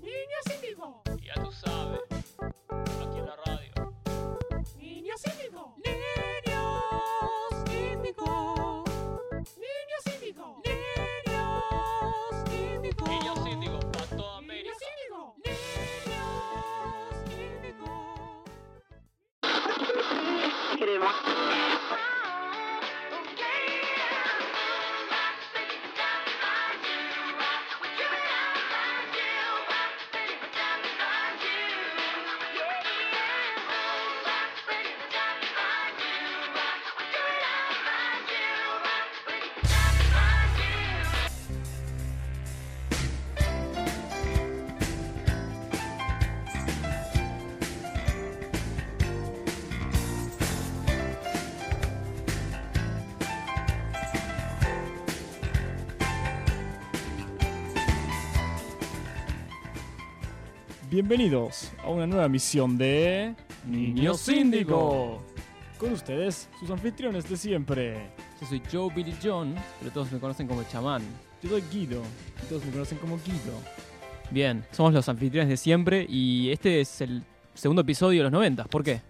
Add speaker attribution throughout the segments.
Speaker 1: Niños índigo,
Speaker 2: Ya tú sabes, aquí en la radio.
Speaker 1: niños índigo,
Speaker 3: Niños índigo,
Speaker 1: niños índigo,
Speaker 3: niños índigo,
Speaker 2: Niños síndigos para toda
Speaker 1: niños
Speaker 2: América.
Speaker 1: índigo.
Speaker 3: niños índigo.
Speaker 4: Bienvenidos a una nueva misión de
Speaker 5: Niño Síndico.
Speaker 4: Con ustedes, sus anfitriones de siempre.
Speaker 5: Yo soy Joe Billy John, pero todos me conocen como el chamán.
Speaker 4: Yo soy Guido, y todos me conocen como Guido.
Speaker 5: Bien, somos los anfitriones de siempre y este es el segundo episodio de los 90. ¿Por qué?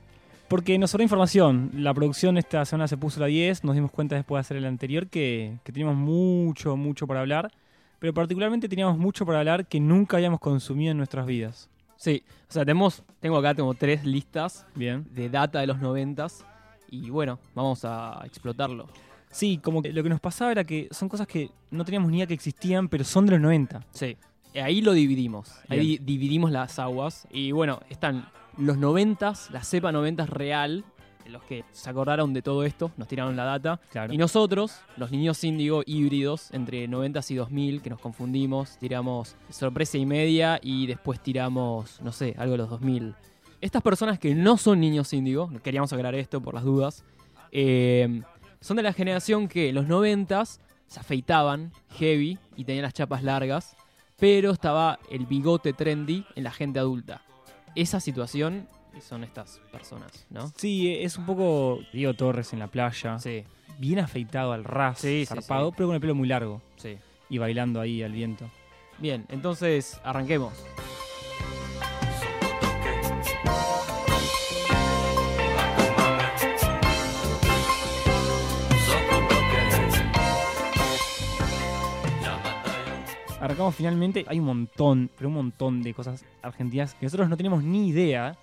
Speaker 4: Porque nos sobró información. La producción esta semana se puso la 10. Nos dimos cuenta después de hacer el anterior que, que teníamos mucho, mucho para hablar. Pero particularmente teníamos mucho para hablar que nunca habíamos consumido en nuestras vidas.
Speaker 5: Sí, o sea, tenemos, tengo acá tengo tres listas
Speaker 4: Bien.
Speaker 5: de data de los 90 y bueno, vamos a explotarlo.
Speaker 4: Sí, como que lo que nos pasaba era que son cosas que no teníamos ni idea que existían, pero son de los 90.
Speaker 5: Sí, ahí lo dividimos. Ahí
Speaker 4: Bien.
Speaker 5: di- dividimos las aguas y bueno, están los 90, la cepa 90 real, los que se acordaron de todo esto, nos tiraron la data.
Speaker 4: Claro.
Speaker 5: Y nosotros, los niños índigo híbridos, entre 90 y 2000, que nos confundimos, tiramos sorpresa y media y después tiramos, no sé, algo de los 2000. Estas personas que no son niños índigo, queríamos aclarar esto por las dudas, eh, son de la generación que en los 90 se afeitaban heavy y tenían las chapas largas, pero estaba el bigote trendy en la gente adulta. Esa situación son estas personas, ¿no?
Speaker 4: Sí, es un poco Diego Torres en la playa.
Speaker 5: Sí,
Speaker 4: bien afeitado al ras,
Speaker 5: Sí, sí,
Speaker 4: zarpado,
Speaker 5: sí.
Speaker 4: pero con el pelo muy largo
Speaker 5: sí.
Speaker 4: y bailando ahí al viento.
Speaker 5: Bien, entonces arranquemos.
Speaker 4: Arrancamos finalmente, hay un montón, pero un montón de cosas argentinas que nosotros no tenemos ni idea,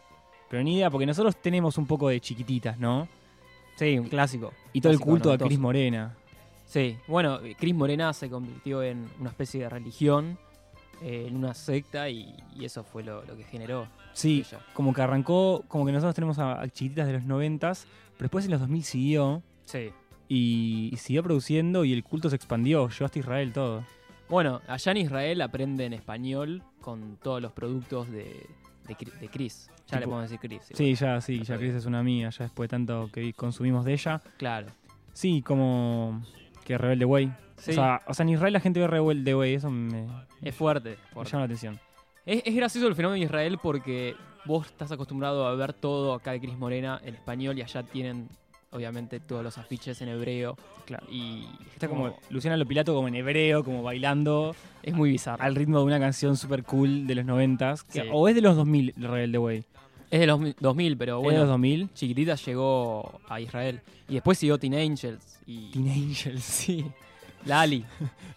Speaker 4: pero ni idea porque nosotros tenemos un poco de chiquititas, ¿no?
Speaker 5: Sí, un clásico.
Speaker 4: Y todo el
Speaker 5: Clásico,
Speaker 4: culto a
Speaker 5: noventoso.
Speaker 4: Cris Morena.
Speaker 5: Sí, bueno, Cris Morena se convirtió en una especie de religión, eh, en una secta, y, y eso fue lo, lo que generó.
Speaker 4: Sí,
Speaker 5: ella.
Speaker 4: como que arrancó, como que nosotros tenemos a, a chiquititas de los noventas, pero después en los 2000 siguió
Speaker 5: Sí.
Speaker 4: y, y siguió produciendo y el culto se expandió, llegó hasta Israel todo.
Speaker 5: Bueno, allá en Israel aprenden español con todos los productos de, de, Cri- de Cris. Ya le
Speaker 4: Tipo-
Speaker 5: podemos decir Cris. igual.
Speaker 4: Sí, ya, sí, ya
Speaker 5: Está
Speaker 4: Cris es una mía, ya después de tanto que consumimos de ella.
Speaker 5: Claro.
Speaker 4: Sí, como que Rebelde Way.
Speaker 5: Sí,
Speaker 4: O, sea, o sea, en Israel la gente ve Rebelde Way, eso me,
Speaker 5: es fuerte.
Speaker 4: me
Speaker 5: fuerte.
Speaker 4: llama la atención.
Speaker 5: Es, es gracioso el fenómeno de Israel porque vos estás acostumbrado a ver todo acá de Cris Morena en español y allá tienen, obviamente, todos los afiches en hebreo.
Speaker 4: Claro.
Speaker 5: Y
Speaker 4: Está como Luciana Lopilato como en hebreo, como bailando
Speaker 5: Es muy bizarro.
Speaker 4: al ritmo de una canción super cool de los noventas. que-
Speaker 5: Sí.
Speaker 4: O es de los 2000, de Rebelde Way.
Speaker 5: Es de los mi- 2000, pero
Speaker 4: O es de los
Speaker 5: bueno,
Speaker 4: 2000.
Speaker 5: chiquitita llegó a Israel. Y después siguió Teen Angels y
Speaker 4: Teen Angels, sí.
Speaker 5: Lali.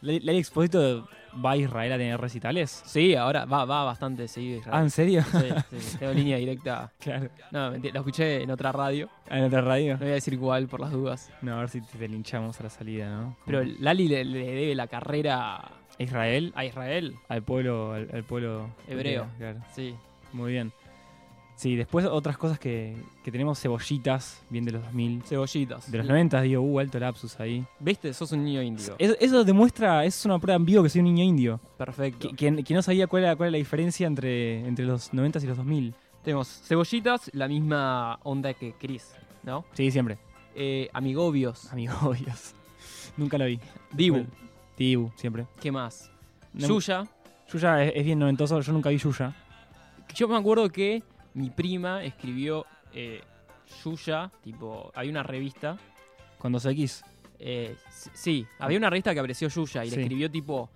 Speaker 4: ¿Lali Lali Exposito va a Israel a tener recitales?
Speaker 5: Sí, ahora va, va bastante seguido
Speaker 4: Ah,
Speaker 5: Israel.
Speaker 4: ¿en serio?
Speaker 5: Sí, sí, tengo línea directa.
Speaker 4: claro. Ah,
Speaker 5: No, mentira, lo escuché en otra radio.
Speaker 4: ¿En otra radio?
Speaker 5: No voy a decir cuál por las dudas.
Speaker 4: No, a ver si te te linchamos a la salida, ¿no?
Speaker 5: Pero Lali le, le debe la carrera
Speaker 4: Israel
Speaker 5: a Israel.
Speaker 4: al pueblo, al, al pueblo
Speaker 5: Hebreo.
Speaker 4: Claro.
Speaker 5: Sí.
Speaker 4: Muy bien. Sí, después otras cosas que, que tenemos cebollitas, bien de los 2000.
Speaker 5: Cebollitas.
Speaker 4: De los 90, digo, uh, alto lapsus ahí.
Speaker 5: ¿Viste? Sos un niño indio.
Speaker 4: Eso, eso demuestra, eso es una prueba en vivo que soy un niño indio.
Speaker 5: Perfecto.
Speaker 4: Que, que- que no sabía cuál era, cuál era la diferencia entre, entre los 90 y los 2000.
Speaker 5: Tenemos cebollitas, la misma onda que Chris, ¿no?
Speaker 4: Sí, siempre.
Speaker 5: Eh, amigobios.
Speaker 4: Amigo, oh, Dios. Nunca la vi.
Speaker 5: Dibu.
Speaker 4: Bueno, Tibu, siempre.
Speaker 5: ¿Qué más?
Speaker 4: No-
Speaker 5: Yuya.
Speaker 4: Yuya es, es bien noventoso, yo nunca vi Yuya.
Speaker 5: Yo me acuerdo que mi prima escribió eh, Yuya, tipo, hay una revista,
Speaker 4: Con 2X.
Speaker 5: Eh, s- sí, había una revista que apareció Yuya y
Speaker 4: Sí.
Speaker 5: le escribió tipo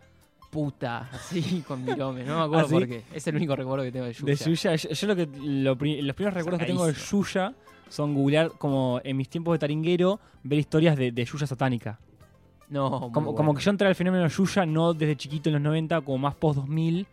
Speaker 5: puta, así con virome, no me acuerdo
Speaker 4: ¿Ah, sí?
Speaker 5: por qué. Es el único recuerdo que tengo de Yuya.
Speaker 4: De Yuya, yo, yo lo que, lo pri- los primeros recuerdos que tengo de
Speaker 5: Sacadísimo.
Speaker 4: Yuya son googlear, como en mis tiempos de taringuero, ver historias de, de Yuya satánica.
Speaker 5: No,
Speaker 4: Como, como que yo entré al fenómeno Yuya, no desde chiquito en los 90, como más post 2000,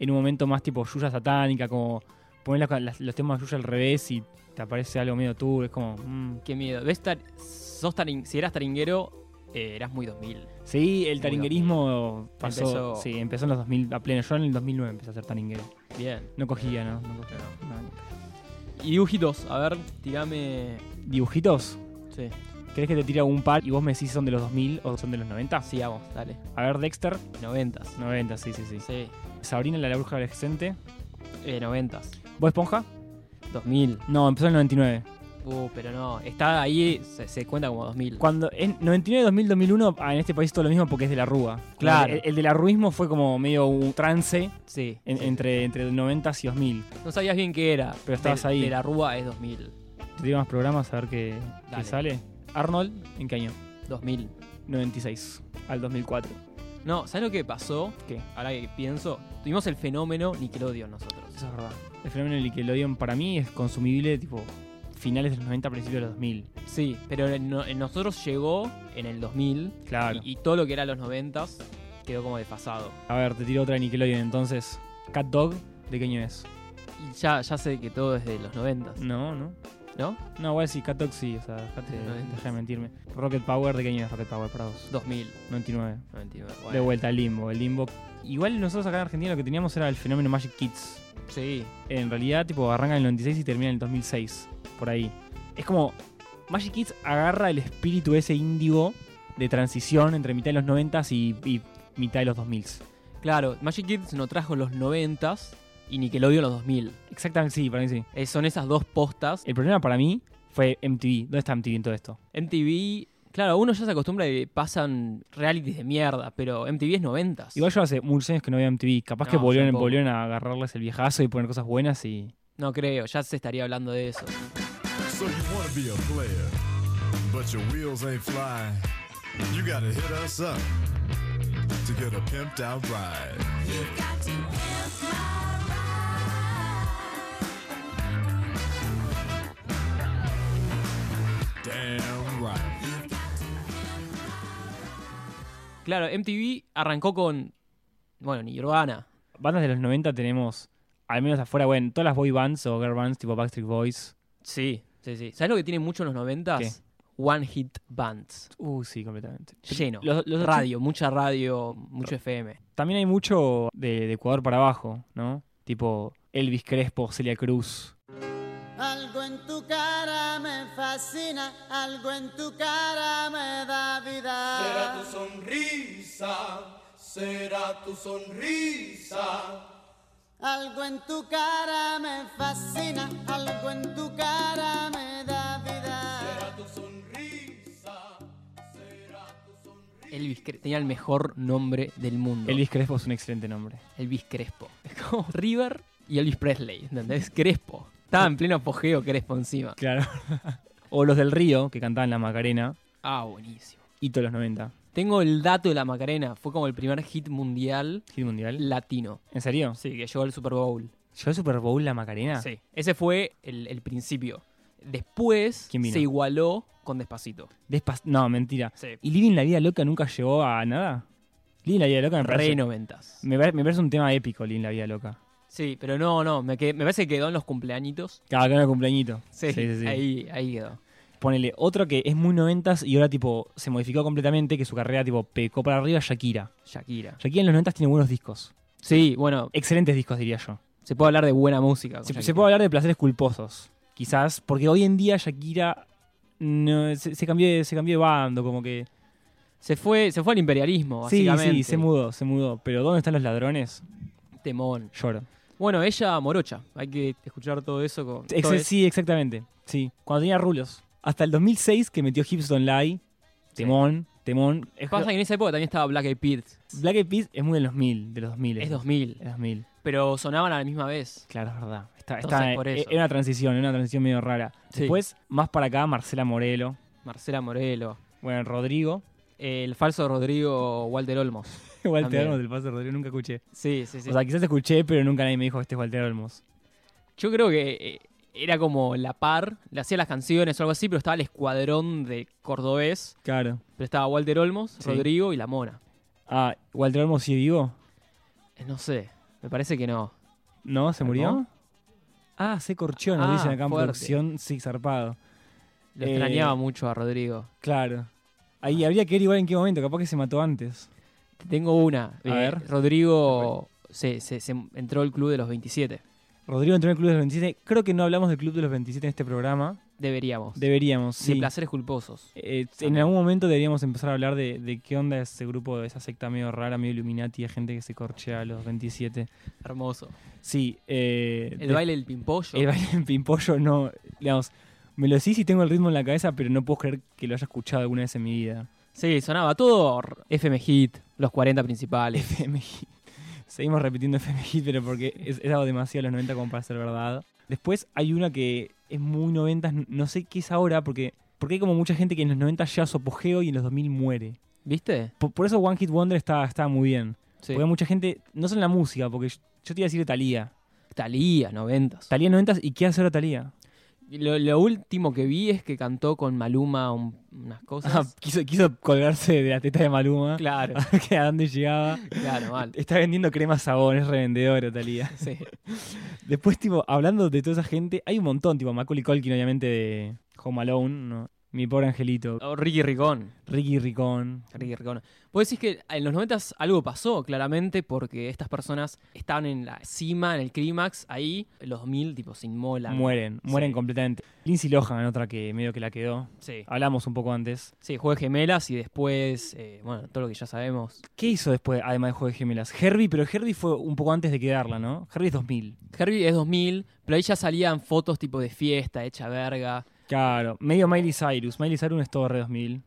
Speaker 4: en un momento más tipo Yuya satánica, como poner las- las- los temas de Yuya al revés y te aparece algo medio tú, es como. mm.
Speaker 5: Qué miedo. ¿Ves tar- sos tarin- si eras taringuero, eh, eras muy 2000.
Speaker 4: Sí, el taringuerismo pasó.
Speaker 5: Empezó-
Speaker 4: Sí, empezó en los 2000, a pleno. Yo en el 2009 empecé a ser taringuero.
Speaker 5: Bien.
Speaker 4: No cogía, ¿no? No cogía, no.
Speaker 5: Y dibujitos, a ver, tirame.
Speaker 4: ¿Dibujitos?
Speaker 5: Sí,
Speaker 4: ¿Crees que te tire algún par y vos me decís si son de los 2000 o son de los 90?
Speaker 5: así vamos, dale.
Speaker 4: A ver, Dexter.
Speaker 5: Noventas.
Speaker 4: 90, sí, sí, sí.
Speaker 5: Sí,
Speaker 4: Sabrina la bruja adolescente.
Speaker 5: eh, noventas.
Speaker 4: ¿Vos Esponja?
Speaker 5: 2000.
Speaker 4: No, empezó en el 99.
Speaker 5: Uh, pero no, está ahí, se, se cuenta como 2000.
Speaker 4: Cuando en 99, 2000, 2001, ah, en este país todo lo mismo porque es de la Rúa.
Speaker 5: Claro.
Speaker 4: El, el de la Ruismo fue como medio un trance en-
Speaker 5: Sí.
Speaker 4: entre, entre el 90 y 2000.
Speaker 5: No sabías bien qué era.
Speaker 4: Pero estabas
Speaker 5: De-
Speaker 4: ahí.
Speaker 5: De la Rúa es 2000.
Speaker 4: Te digo más programas a ver qué, qué
Speaker 5: Dale.
Speaker 4: sale. Arnold, ¿en qué año?
Speaker 5: 2000.
Speaker 4: 96 al 2004.
Speaker 5: No, ¿sabes lo que pasó?
Speaker 4: ¿Qué?
Speaker 5: Ahora que pienso, tuvimos el fenómeno Nickelodeon nosotros.
Speaker 4: Eso es verdad. El fenómeno Nickelodeon para mí es consumible tipo finales de los 90, principios de los 2000.
Speaker 5: Sí, pero en, no- en nosotros llegó en el 2000
Speaker 4: Claro.
Speaker 5: y, y todo lo que era los 90 quedó como desfasado.
Speaker 4: A ver, te tiro otra de Nickelodeon entonces. Cat Dog, ¿de qué año es?
Speaker 5: Y ya, ya sé que todo es de los 90,
Speaker 4: No, no.
Speaker 5: ¿no?
Speaker 4: No, igual sí, Cat Dog sí, o sea, dejate,
Speaker 5: Sí, no,
Speaker 4: deja de mentirme. Rocket Power, ¿de qué año es Rocket Power para vos?
Speaker 5: 2000,
Speaker 4: 99.
Speaker 5: 99.
Speaker 4: De
Speaker 5: bueno.
Speaker 4: vuelta al limbo, el limbo. Igual nosotros acá en Argentina lo que teníamos era el fenómeno Magic Kids.
Speaker 5: Sí,
Speaker 4: En realidad, tipo, arranca en el 96 y termina en el 2006, por ahí. Es como, Magic Kids agarra el espíritu ese índigo de transición entre mitad de los 90 y, y mitad de los 2000.
Speaker 5: claro, Magic Kids nos trajo los 90 y Nickelodeon los 2000.
Speaker 4: Exactamente, sí, para mí sí.
Speaker 5: Eh, son esas dos postas.
Speaker 4: El problema para mí fue MTV. ¿Dónde está MTV en todo esto?
Speaker 5: MTV, claro, uno ya se acostumbra y pasan realities de mierda, pero MTV es 90.
Speaker 4: Igual yo hace muchos años que no veía MTV. Capaz
Speaker 5: No,
Speaker 4: que
Speaker 5: yo
Speaker 4: volvieron,
Speaker 5: tampoco.
Speaker 4: volvieron a agarrarles el viejazo y poner cosas buenas y...
Speaker 5: No creo, ya se estaría hablando de eso.
Speaker 6: So you want to be a player, but your wheels ain't flying. You got to hit us up to get a pimped out ride. Damn right.
Speaker 5: Claro, MTV arrancó con, bueno, Nirvana.
Speaker 4: Bandas de los 90 tenemos, al menos afuera, bueno, todas las boy bands o girl bands tipo Backstreet Boys.
Speaker 5: Sí, sí, sí. ¿Sabes lo que tiene mucho en los 90?
Speaker 4: ¿Qué?
Speaker 5: One Hit Bands.
Speaker 4: Uh, sí, completamente.
Speaker 5: Lleno.
Speaker 4: Los- los
Speaker 5: radio, mucha radio, mucho FM.
Speaker 4: También hay mucho de, de Ecuador para abajo, ¿no? Tipo Elvis Crespo, Celia Cruz.
Speaker 7: Algo en tu cara me fascina, algo en tu cara me da vida.
Speaker 8: Será tu sonrisa, será tu sonrisa,
Speaker 7: Algo en tu cara me fascina, algo en tu cara me da vida.
Speaker 8: será tu sonrisa, será tu sonrisa.
Speaker 5: Elvis Crespo tenía el mejor nombre del mundo.
Speaker 4: Elvis Crespo es un excelente nombre.
Speaker 5: Elvis Crespo. Es como River y Elvis Presley, ¿entendés? Crespo. Estaba en pleno apogeo Crespo encima.
Speaker 4: Claro. o los del Río, que cantaban La Macarena,
Speaker 5: Ah, buenísimo.
Speaker 4: hito de los 90,
Speaker 5: Tengo el dato de la Macarena. Fue como el primer hit mundial
Speaker 4: hit mundial.
Speaker 5: latino.
Speaker 4: ¿En serio?
Speaker 5: Sí, que llegó al Super Bowl.
Speaker 4: ¿Llegó el Super Bowl La Macarena?
Speaker 5: Sí. Ese fue el, el principio. Después
Speaker 4: ¿Quién vino?
Speaker 5: se igualó con Despacito.
Speaker 4: Despac- no, mentira.
Speaker 5: Sí.
Speaker 4: ¿Y Living la Vida Loca nunca llegó a nada? Living la Vida Loca me parece,
Speaker 5: Re noventas.
Speaker 4: me, pare- me parece un tema épico, Living la Vida Loca.
Speaker 5: Sí, pero no, no. Me, quedé- me parece que quedó en los cumpleañitos.
Speaker 4: Cada cada cumpleañito.
Speaker 5: Ahí, ahí quedó.
Speaker 4: Ponele otro que es muy noventas y ahora tipo se modificó completamente, que su carrera tipo pecó para arriba, Shakira.
Speaker 5: Shakira.
Speaker 4: Shakira en los noventas tiene buenos discos.
Speaker 5: Sí, bueno,
Speaker 4: Excelentes discos, diría yo.
Speaker 5: se puede hablar de buena música. con
Speaker 4: Se, se
Speaker 5: Shakira.
Speaker 4: puede hablar de placeres culposos, quizás, porque hoy en día Shakira no- se, se cambió, de- se cambió de bando, como que...
Speaker 5: Se fue, se fue al imperialismo,
Speaker 4: Sí,
Speaker 5: básicamente.
Speaker 4: sí, se mudó, se mudó. Pero ¿dónde están los ladrones?
Speaker 5: Temón.
Speaker 4: Lloro.
Speaker 5: Bueno, ella morocha. Hay que escuchar todo eso con.
Speaker 4: Ex-
Speaker 5: todo es-
Speaker 4: sí, exactamente. Sí, cuando tenía rulos. Hasta el 2006 que metió Hips Don't Lie, Temón, Temón. Es
Speaker 5: Pasa que en esa época también estaba Black Eyed Peas.
Speaker 4: Black Eyed Peas es muy de los 2000, de los 2000.
Speaker 5: Es 2000,
Speaker 4: Es 2000.
Speaker 5: pero sonaban a la misma vez.
Speaker 4: Claro, es verdad. Está,
Speaker 5: Entonces,
Speaker 4: está-
Speaker 5: por
Speaker 4: eh,
Speaker 5: eso.
Speaker 4: Era una transición, era una transición medio rara.
Speaker 5: Sí.
Speaker 4: Después, más para acá, Marcela Morelo.
Speaker 5: Marcela Morelo.
Speaker 4: Bueno, Rodrigo.
Speaker 5: El falso Rodrigo Walter Olmos.
Speaker 4: Walter
Speaker 5: También.
Speaker 4: Olmos, el paso de Rodrigo, nunca escuché.
Speaker 5: Sí, sí, sí.
Speaker 4: O sea, quizás escuché, pero nunca nadie me dijo este es Walter Olmos.
Speaker 5: Yo creo que eh, era como la par, le hacía las canciones o algo así, pero estaba el escuadrón de cordobés,
Speaker 4: Claro.
Speaker 5: pero estaba Walter Olmos,
Speaker 4: Sí.
Speaker 5: Rodrigo y La Mona.
Speaker 4: Ah, ¿Walter Olmos sí vivo?
Speaker 5: Eh, No sé, me parece que no.
Speaker 4: ¿No? ¿Se
Speaker 5: ¿Algo?
Speaker 4: murió? Ah, se corchó, nos
Speaker 5: Ah,
Speaker 4: dicen acá en
Speaker 5: fuerte.
Speaker 4: producción. Sí, zarpado.
Speaker 5: Lo
Speaker 4: Eh,
Speaker 5: extrañaba mucho a Rodrigo.
Speaker 4: Claro. Ahí habría que ver igual en qué momento, capaz que se mató antes.
Speaker 5: Te Tengo una. Eh,
Speaker 4: A ver.
Speaker 5: Rodrigo se, se- se entró al club de los 27.
Speaker 4: Rodrigo entró en el Club de los 27. Creo que no hablamos del Club de los 27 en este programa.
Speaker 5: Deberíamos.
Speaker 4: Deberíamos,
Speaker 5: Sin
Speaker 4: sí.
Speaker 5: placeres culposos.
Speaker 4: Eh, en algún momento deberíamos empezar a hablar de, de qué onda ese grupo, esa secta medio rara, medio Illuminati, de gente que se corchea a los 27.
Speaker 5: Hermoso.
Speaker 4: Sí. eh,
Speaker 5: El
Speaker 4: de-
Speaker 5: baile del pimpollo.
Speaker 4: El baile en pimpollo no. Digamos, me lo decís y tengo el ritmo en la cabeza, pero no puedo creer que lo haya escuchado alguna vez en mi vida.
Speaker 5: Sí, sonaba todo r- FM Hit, los 40 principales.
Speaker 4: FM Hit. Seguimos repitiendo FM Hit, pero porque es, es algo demasiado los 90 como para ser verdad. Después hay una que es muy 90, no sé qué es ahora, porque, porque hay como mucha gente que en los 90 ya su apogeo y en los 2000 muere.
Speaker 5: ¿Viste?
Speaker 4: Por, por eso One Hit Wonder está, está muy bien.
Speaker 5: Sí.
Speaker 4: Porque hay mucha gente, no solo en la música, porque yo, yo te iba a decir Talía.
Speaker 5: Talía, 90.
Speaker 4: Talía 90 y qué hace ahora Talía.
Speaker 5: Lo, lo último que vi es que cantó con Maluma un- unas cosas.
Speaker 4: Ah, quiso, quiso colgarse de la teta de Maluma.
Speaker 5: claro,
Speaker 4: A ver que a dónde llegaba.
Speaker 5: claro, mal.
Speaker 4: Está vendiendo crema sabón, es revendedora, Talía.
Speaker 5: Sí.
Speaker 4: Después, tipo, hablando de toda esa gente, hay un montón, tipo Macaulay Culkin, obviamente, de Home Alone, ¿no? Mi pobre angelito,
Speaker 5: O Ricky Ricón.
Speaker 4: Ricky Ricón.
Speaker 5: Ricky Ricón. Vos decís que en los 90 algo pasó, claramente, porque estas personas estaban en la cima, en el clímax, ahí, en los 2000, tipo, sin mola.
Speaker 4: Mueren, mueren
Speaker 5: Sí.
Speaker 4: completamente. Lindsay Lohan, otra que medio que la quedó.
Speaker 5: Sí.
Speaker 4: Hablamos un poco antes.
Speaker 5: Sí, juego de gemelas y después, eh, bueno, todo lo que ya sabemos.
Speaker 4: ¿Qué hizo después, además de Juego de Gemelas? Herbie, pero Herbie fue un poco antes de quedarla, ¿no? Herbie es 2000.
Speaker 5: Herbie es 2000, pero ahí ya salían fotos tipo de fiesta, hecha verga.
Speaker 4: Claro, medio Miley Cyrus. Miley Cyrus es todo re 2000.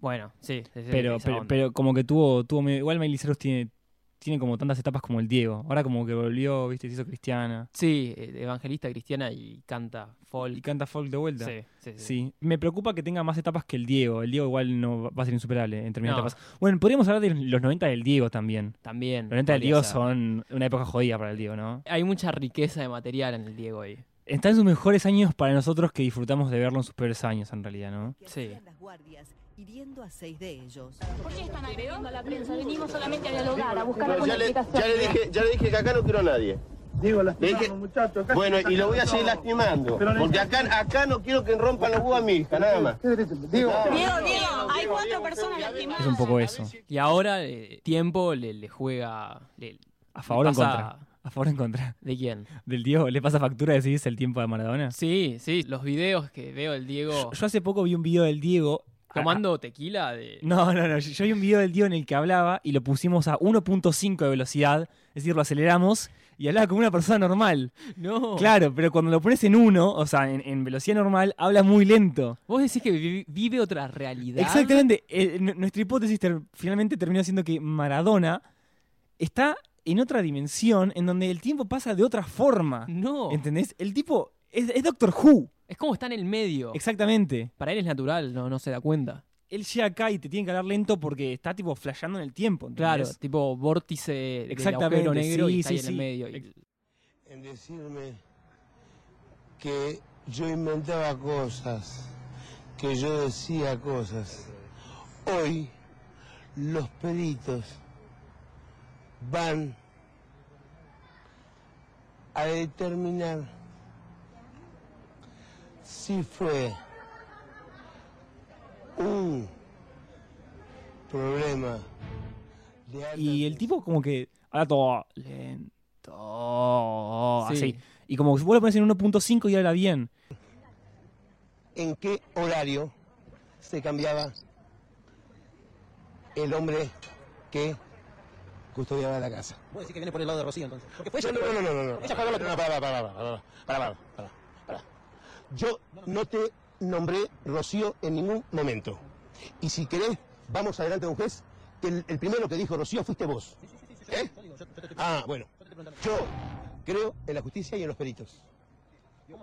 Speaker 5: Bueno, sí. sí, sí,
Speaker 4: pero,
Speaker 5: esa
Speaker 4: pero,
Speaker 5: onda.
Speaker 4: pero como que tuvo, tuvo medio- igual Miley Cyrus tiene, tiene como tantas etapas como el Diego. Ahora como que volvió, viste, se hizo cristiana.
Speaker 5: Sí, eh, evangelista cristiana y canta
Speaker 4: Y
Speaker 5: folk.
Speaker 4: canta folk de vuelta.
Speaker 5: Sí, sí, sí.
Speaker 4: Sí. Me preocupa que tenga más etapas que el Diego. El Diego igual no va- va a ser insuperable en términos
Speaker 5: No.
Speaker 4: de etapas. Bueno, podríamos hablar de los 90 del Diego también.
Speaker 5: También.
Speaker 4: Los 90 del
Speaker 5: podría
Speaker 4: Diego
Speaker 5: ser.
Speaker 4: son una época jodida para el Diego, ¿no?
Speaker 5: Hay mucha riqueza de material en el Diego ahí.
Speaker 4: Está en sus mejores años para nosotros que disfrutamos de verlo en sus peores años, en realidad, ¿no?
Speaker 5: Sí.
Speaker 9: hacían las guardias, hiriendo a seis de ellos.
Speaker 10: ya, le, ya le dije, ya le dije que acá no quiero a nadie. Le dije- bueno, y lo voy a seguir lastimando. Porque acá, acá no quiero que rompan los huevos a mi hija, nada más.
Speaker 9: Diego, Diego, hay cuatro personas lastimadas.
Speaker 4: Es un poco eso.
Speaker 5: Y ahora eh, tiempo le, le juega. le-
Speaker 4: A favor o en
Speaker 5: pasa-
Speaker 4: contra. A favor o en contra.
Speaker 5: ¿De quién?
Speaker 4: Del Diego, ¿le pasa factura decís el tiempo de Maradona?
Speaker 5: Sí, sí, los videos que veo del Diego
Speaker 4: Yo hace poco vi un video del Diego.
Speaker 5: tomando tequila de.
Speaker 4: No, no, no. Yo yo vi un video del Diego en el que hablaba y lo pusimos a 1.5 de velocidad. Es decir, lo aceleramos y hablaba como una persona normal.
Speaker 5: No.
Speaker 4: Claro, pero cuando lo pones en 1, o sea, en, en velocidad normal, habla muy lento.
Speaker 5: Vos decís que vi- vive otra realidad.
Speaker 4: Exactamente. Eh, n- nuestra hipótesis ter- finalmente terminó siendo que Maradona está en otra dimensión en donde el tiempo pasa de otra forma.
Speaker 5: No.
Speaker 4: ¿Entendés? El tipo es, es Doctor Who.
Speaker 5: Es como está en el medio.
Speaker 4: Exactamente.
Speaker 5: Para él es natural, no, no se da cuenta.
Speaker 4: Él llega acá y te tiene que hablar lento porque está tipo flasheando en el tiempo.
Speaker 5: Claro,
Speaker 4: ¿entendés?
Speaker 5: tipo vórtice del
Speaker 4: Exactamente,
Speaker 5: agujero negro
Speaker 4: sí,
Speaker 5: y está
Speaker 4: sí,
Speaker 5: ahí en
Speaker 4: sí.
Speaker 5: el medio. Y-
Speaker 10: En decirme que yo inventaba cosas, que yo decía cosas. Hoy los peritos van a determinar si fue un problema de alta
Speaker 4: Y el tipo como que habla todo lento.
Speaker 5: Sí.
Speaker 4: Así. Y como que vos lo pones en 1.5 y habla bien.
Speaker 10: en qué horario se cambiaba el hombre que custodiaba la casa. Puede decir que viene por el lado de Rocío entonces. no, no, no, no, no, no. No, para, para, para, para, para, para, para, para. Yo no te nombré Rocío en ningún momento. Y si querés, vamos adelante a un juez, que el, el primero que dijo Rocío fuiste vos. ¿Eh? Ah, bueno. Yo creo en la justicia y en los peritos.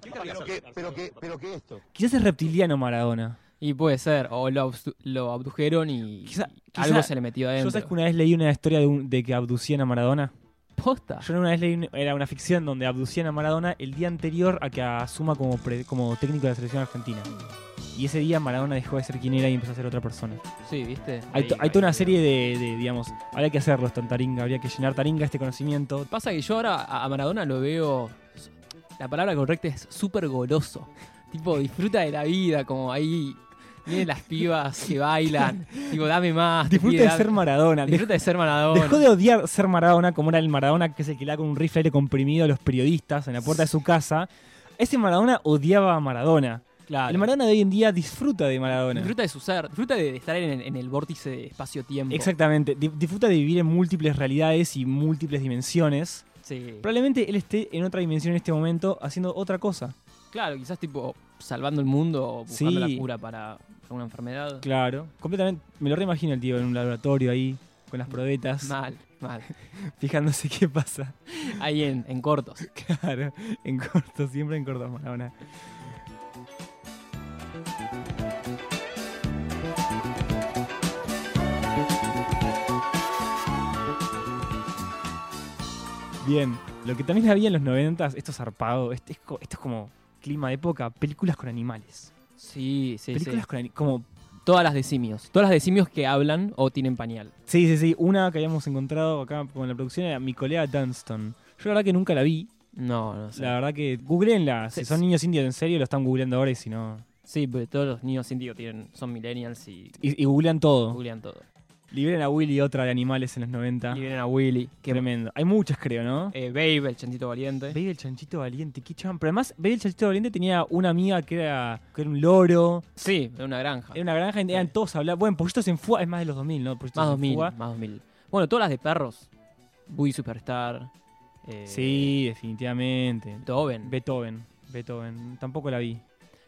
Speaker 10: Pero que, pero que, pero que esto.
Speaker 4: Quizás es reptiliano Maradona.
Speaker 5: Y puede ser, o lo, abstu- lo abdujeron y
Speaker 4: Quizá-
Speaker 5: y algo
Speaker 4: quizá-
Speaker 5: se le metió
Speaker 4: Yo sabes
Speaker 5: adentro.
Speaker 4: que una vez leí una historia de, un- de que abducían a Maradona.
Speaker 5: Posta.
Speaker 4: Yo una vez leí, un- era una ficción donde abducían a Maradona el día anterior a que asuma como, pre- como técnico de la selección argentina. Y ese día Maradona dejó de ser quien era y empezó a ser otra persona.
Speaker 5: Sí, ¿viste?
Speaker 4: Hay, to-
Speaker 5: Ahí,
Speaker 4: hay toda una
Speaker 5: ahí.
Speaker 4: serie de, de, digamos, habría que hacerlo esto en Taringa, habría que llenar Taringa este conocimiento.
Speaker 5: Pasa que yo ahora a a Maradona lo veo. La palabra correcta es súper goloso. Tipo, disfruta de la vida, como ahí. Vienen las pibas que bailan. Tipo, dame más. te
Speaker 4: Disfruta
Speaker 5: pide,
Speaker 4: de
Speaker 5: dame-
Speaker 4: ser Maradona. Dej-
Speaker 5: Disfruta de ser Maradona.
Speaker 4: Dejó de odiar ser Maradona como era el Maradona que se quedaba con un rifle aire comprimido a los periodistas en la puerta de su casa. Ese Maradona odiaba a Maradona.
Speaker 5: Claro.
Speaker 4: El Maradona de hoy en día disfruta de Maradona.
Speaker 5: Disfruta de su ser. Disfruta de estar en, en el vórtice de espacio-tiempo.
Speaker 4: Exactamente. Di- Disfruta de vivir en múltiples realidades y múltiples dimensiones.
Speaker 5: Sí.
Speaker 4: Probablemente él esté en otra dimensión en este momento haciendo otra cosa.
Speaker 5: Claro, quizás tipo salvando el mundo o buscando
Speaker 4: Sí.
Speaker 5: la cura para una enfermedad.
Speaker 4: Claro. Completamente. Me lo reimagino el tío en un laboratorio ahí, con las probetas,
Speaker 5: Mal, mal.
Speaker 4: fijándose qué pasa.
Speaker 5: Ahí en, en cortos.
Speaker 4: Claro. En corto, siempre en corto, Maradona. Bien, lo que también había en los 90, esto es zarpado, este es co- esto es como clima de época, películas con animales.
Speaker 5: Sí, sí,
Speaker 4: películas
Speaker 5: sí.
Speaker 4: con ani- como
Speaker 5: Todas las de simios. Todas las de simios que hablan o tienen pañal.
Speaker 4: sí sí sí una que habíamos encontrado acá con la producción era mi colega Dunston yo la verdad que nunca la vi
Speaker 5: No, no sé.
Speaker 4: la verdad que googleenla si
Speaker 5: Sí,
Speaker 4: son
Speaker 5: sí.
Speaker 4: niños indios en serio lo están googleando ahora y si no
Speaker 5: Sí, porque todos los niños indios tienen, son millennials y
Speaker 4: y, y googlean todo
Speaker 5: googlean todo.
Speaker 4: liberen a Willy otra de animales en los 90
Speaker 5: Y vienen a Willy. Que,
Speaker 4: tremendo hay muchas creo no
Speaker 5: eh, Babe, el chantito valiente.
Speaker 4: Baby el chanchito valiente qué chabón. pero además Baby el chanchito valiente tenía una amiga que era que era un loro
Speaker 5: Sí, de una granja.
Speaker 4: era una granja y eran
Speaker 5: Sí.
Speaker 4: todos hablar bueno pollitos en fuga es más de los 2000 no Pollitos
Speaker 5: Más
Speaker 4: en
Speaker 5: 2000,
Speaker 4: Fuga.
Speaker 5: más 2000. Bueno, todas las de perros. Woody Superstar. eh,
Speaker 4: sí definitivamente
Speaker 5: Beethoven.
Speaker 4: Beethoven Beethoven tampoco la vi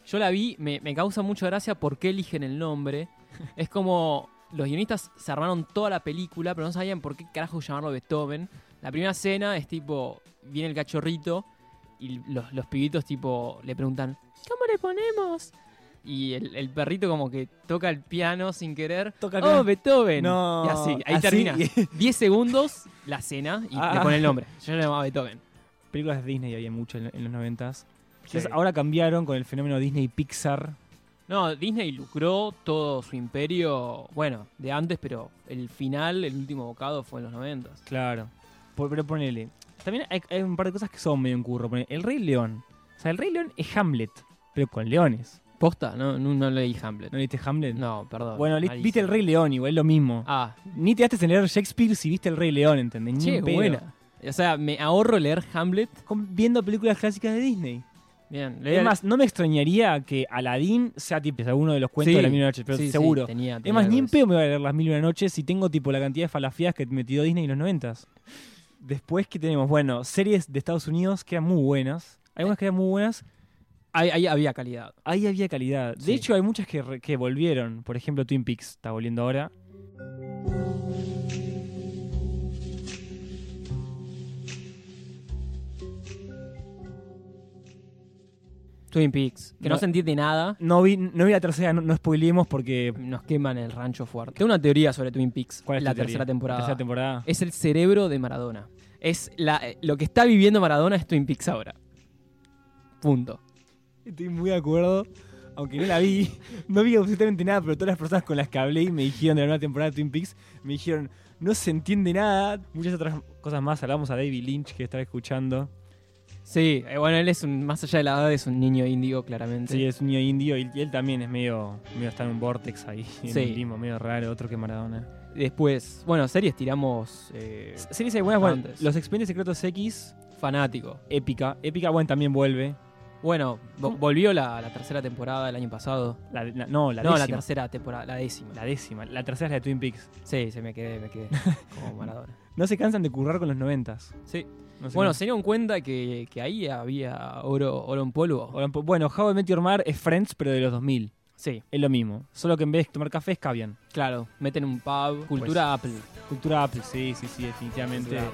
Speaker 5: Yo la vi, me, me causa mucha gracia por qué eligen el nombre. Es como los guionistas se armaron toda la película, pero no sabían por qué carajo llamarlo Beethoven. La primera escena es tipo, viene el cachorrito y los, los pibitos tipo le preguntan, ¿cómo le ponemos? Y el, el perrito como que toca el piano sin querer.
Speaker 4: Toca el
Speaker 5: ¡Oh,
Speaker 4: piano.
Speaker 5: Beethoven!
Speaker 4: No,
Speaker 5: Y así, ahí
Speaker 4: así.
Speaker 5: termina. 10 segundos, la escena y
Speaker 4: Ah.
Speaker 5: le pone el nombre. Yo le llamaba Beethoven.
Speaker 4: películas de Disney había mucho en, en los noventas.
Speaker 5: Sí.
Speaker 4: Entonces, ahora cambiaron con el fenómeno Disney y Pixar.
Speaker 5: No, Disney lucró todo su imperio, bueno, de antes, pero el final, el último bocado fue en los 90.
Speaker 4: Claro. pero ponele. También hay, hay un par de cosas que son medio en curro. Ponele, el Rey León. O sea, el Rey León es Hamlet, pero con leones.
Speaker 5: Posta, no, no, no leí Hamlet.
Speaker 4: ¿No viste Hamlet?
Speaker 5: No, perdón.
Speaker 4: Bueno, li-
Speaker 5: malísimo.
Speaker 4: viste el Rey León, igual es lo mismo.
Speaker 5: Ah,
Speaker 4: Ni te daste en leer Shakespeare si viste el Rey León, ¿entendés? Ni
Speaker 5: che,
Speaker 4: en pedo.
Speaker 5: buena. O sea, me ahorro leer Hamlet.
Speaker 4: Con- viendo películas clásicas de Disney.
Speaker 5: Bien, leí.
Speaker 4: Es más, no me extrañaría que Aladdin sea tipo alguno de los cuentos
Speaker 5: Sí.
Speaker 4: de la Mil y una Noche, pero
Speaker 5: Sí, sí,
Speaker 4: seguro.
Speaker 5: tenía-
Speaker 4: es
Speaker 5: tenía
Speaker 4: más,
Speaker 5: algo
Speaker 4: ni en
Speaker 5: de eso.
Speaker 4: pedo me voy a leer las Mil y una Noches si tengo tipo la cantidad de falafías que metió Disney en los noventas. Después, ¿qué tenemos? Bueno, series de Estados Unidos que eran muy buenas. Algunas que eran muy buenas.
Speaker 5: Ahí, ahí había calidad.
Speaker 4: Ahí había calidad. De
Speaker 5: Sí.
Speaker 4: hecho, hay muchas que, re- que volvieron. Por ejemplo, Twin Peaks está volviendo ahora.
Speaker 5: Twin Peaks, que no,
Speaker 4: No-
Speaker 5: se entiende nada.
Speaker 4: No vi, no vi la tercera, no, no spoileemos porque...
Speaker 5: Nos queman el rancho fuerte. Tengo una teoría sobre Twin Peaks.
Speaker 4: ¿Cuál es
Speaker 5: la
Speaker 4: tu teoría?
Speaker 5: tercera temporada.
Speaker 4: tercera temporada.
Speaker 5: Es el cerebro de Maradona. Es la, eh, lo que está viviendo Maradona es Twin Peaks ahora. Punto.
Speaker 4: Estoy muy de acuerdo. Aunque no la vi, no vi absolutamente nada, pero todas las personas con las que hablé y me dijeron de la nueva temporada de Twin Peaks, me dijeron, no se entiende nada. Muchas otras cosas más, hablamos a David Lynch que está escuchando.
Speaker 5: Sí, eh, bueno, él es un, más allá de la edad, es un niño índigo, claramente.
Speaker 4: Sí, es un niño indio y, y él también es medio, medio está en un vortex ahí, en
Speaker 5: Sí.
Speaker 4: un limbo medio raro, otro que Maradona.
Speaker 5: Después, bueno, series tiramos eh,
Speaker 4: S- Series hay buenas, bueno,
Speaker 5: Antes.
Speaker 4: Los Expedientes Secretos X,
Speaker 5: fanático.
Speaker 4: épica. Épica, bueno, también vuelve.
Speaker 5: Bueno, vo- volvió la, la tercera temporada del año pasado.
Speaker 4: La, la- no, la
Speaker 5: no, la
Speaker 4: décima.
Speaker 5: tercera temporada, la décima.
Speaker 4: la décima. La tercera es la de Twin Peaks.
Speaker 5: Sí, se me quedé, me quedé como Maradona.
Speaker 4: No se cansan de currar con los noventas.
Speaker 5: Sí.
Speaker 4: No se
Speaker 5: Bueno,
Speaker 4: cansan.
Speaker 5: se dieron cuenta que, que ahí había oro, oro en polvo.
Speaker 4: Ahora, pues, Bueno, How I Met Your Mother es Friends, pero de los 2000.
Speaker 5: Sí,
Speaker 4: Es lo mismo, solo que en vez de tomar café es cavian.
Speaker 5: claro. Meten un
Speaker 4: Pues
Speaker 5: pub, cultura Apple.
Speaker 4: Cultura Apple, sí, sí, sí, definitivamente.
Speaker 5: Cultura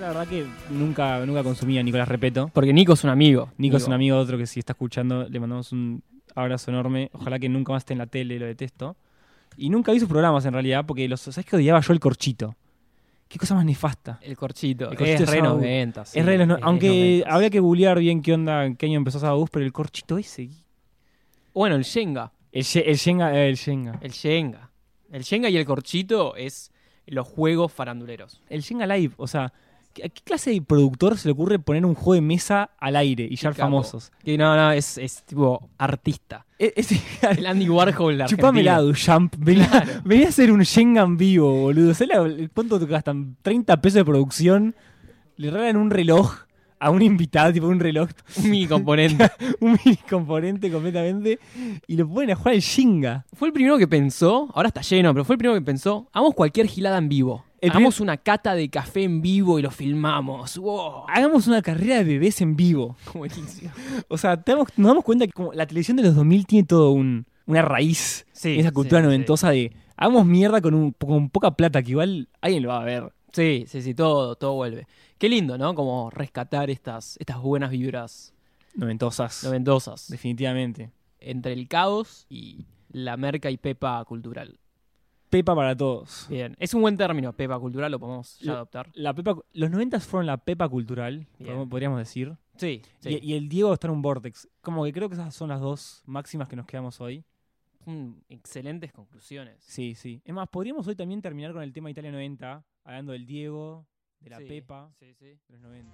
Speaker 4: La verdad que nunca, nunca consumí a Nicolás Repeto.
Speaker 5: Porque Nico es un amigo.
Speaker 4: Nico es
Speaker 5: digo.
Speaker 4: un amigo otro que si está escuchando le mandamos un abrazo enorme. Ojalá que nunca más esté en la tele, lo detesto. Y nunca vi sus programas en realidad, porque los, ¿sabes que odiaba yo el corchito? Qué cosa más nefasta.
Speaker 5: El corchito.
Speaker 4: El corchito
Speaker 5: es
Speaker 4: de
Speaker 5: re
Speaker 4: Sábado.
Speaker 5: 90. sí,
Speaker 4: es re de los no-
Speaker 5: es
Speaker 4: Aunque
Speaker 5: 90.
Speaker 4: habría que googlear bien qué onda, en qué año empezó Sábado Bus, pero el corchito ese.
Speaker 5: Bueno, el Shenga.
Speaker 4: El, Ye- el Shenga, eh, el Shenga.
Speaker 5: El Shenga. El Shenga y el corchito es los juegos faranduleros.
Speaker 4: El Shenga Live, o sea, ¿qué- ¿a qué clase de productor se le ocurre poner un juego de mesa al aire y ya
Speaker 5: capo.
Speaker 4: famosos?
Speaker 5: Que no, no, es, es tipo artista.
Speaker 4: E- ese-
Speaker 5: El Andy Warhol la
Speaker 4: Chupame la Duchamp. Vení, vení a hacer un Shenga en vivo, boludo. ¿Sabés la- cuánto te gastan? 30 pesos de producción. Le regalan un reloj a un invitado, tipo un reloj,
Speaker 5: Mi componente.
Speaker 4: un mini componente completamente. Y lo ponen a jugar el Shenga.
Speaker 5: Fue el primero que pensó, ahora está lleno, pero fue el primero que pensó, hagamos cualquier gilada en vivo.
Speaker 4: El
Speaker 5: hagamos una cata de café en vivo y lo filmamos. ¡Wow!
Speaker 4: Hagamos una carrera de bebés en vivo.
Speaker 5: Buenísimo.
Speaker 4: O sea, te damos- nos damos cuenta que como la televisión de los 2000 tiene todo un, una raíz.
Speaker 5: Sí,
Speaker 4: esa cultura
Speaker 5: sí,
Speaker 4: noventosa de hagamos mierda con, un, con poca plata, que igual alguien lo va a ver.
Speaker 5: Sí, sí, sí, todo, todo vuelve. Qué lindo, ¿no? Como rescatar estas, estas buenas vibras
Speaker 4: Noventosas.
Speaker 5: noventosas.
Speaker 4: Definitivamente.
Speaker 5: Entre el caos y la merca y pepa cultural.
Speaker 4: Pepa para todos.
Speaker 5: Bien, es un buen término, pepa cultural, lo podemos ya
Speaker 4: Lo-
Speaker 5: adoptar.
Speaker 4: La pepa, los 90 fueron la pepa cultural,
Speaker 5: Bien.
Speaker 4: podemos- podríamos decir.
Speaker 5: Sí, sí.
Speaker 4: Y, y el Diego está en un vortex. Como que creo que esas son las dos máximas que nos quedamos hoy.
Speaker 5: Mm, excelentes conclusiones.
Speaker 4: Sí, sí. Es más, podríamos hoy también terminar con el tema Italia 90, hablando del Diego, de la
Speaker 5: Sí,
Speaker 4: pepa,
Speaker 5: Sí, sí.
Speaker 4: de los 90.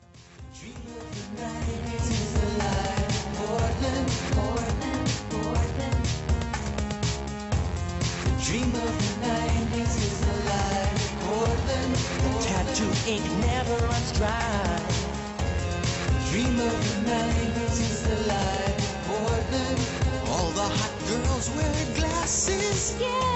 Speaker 3: Tattoo ink never runs dry. Dream of the 90s is the life, Portland. All the hot girls wear glasses. Yeah.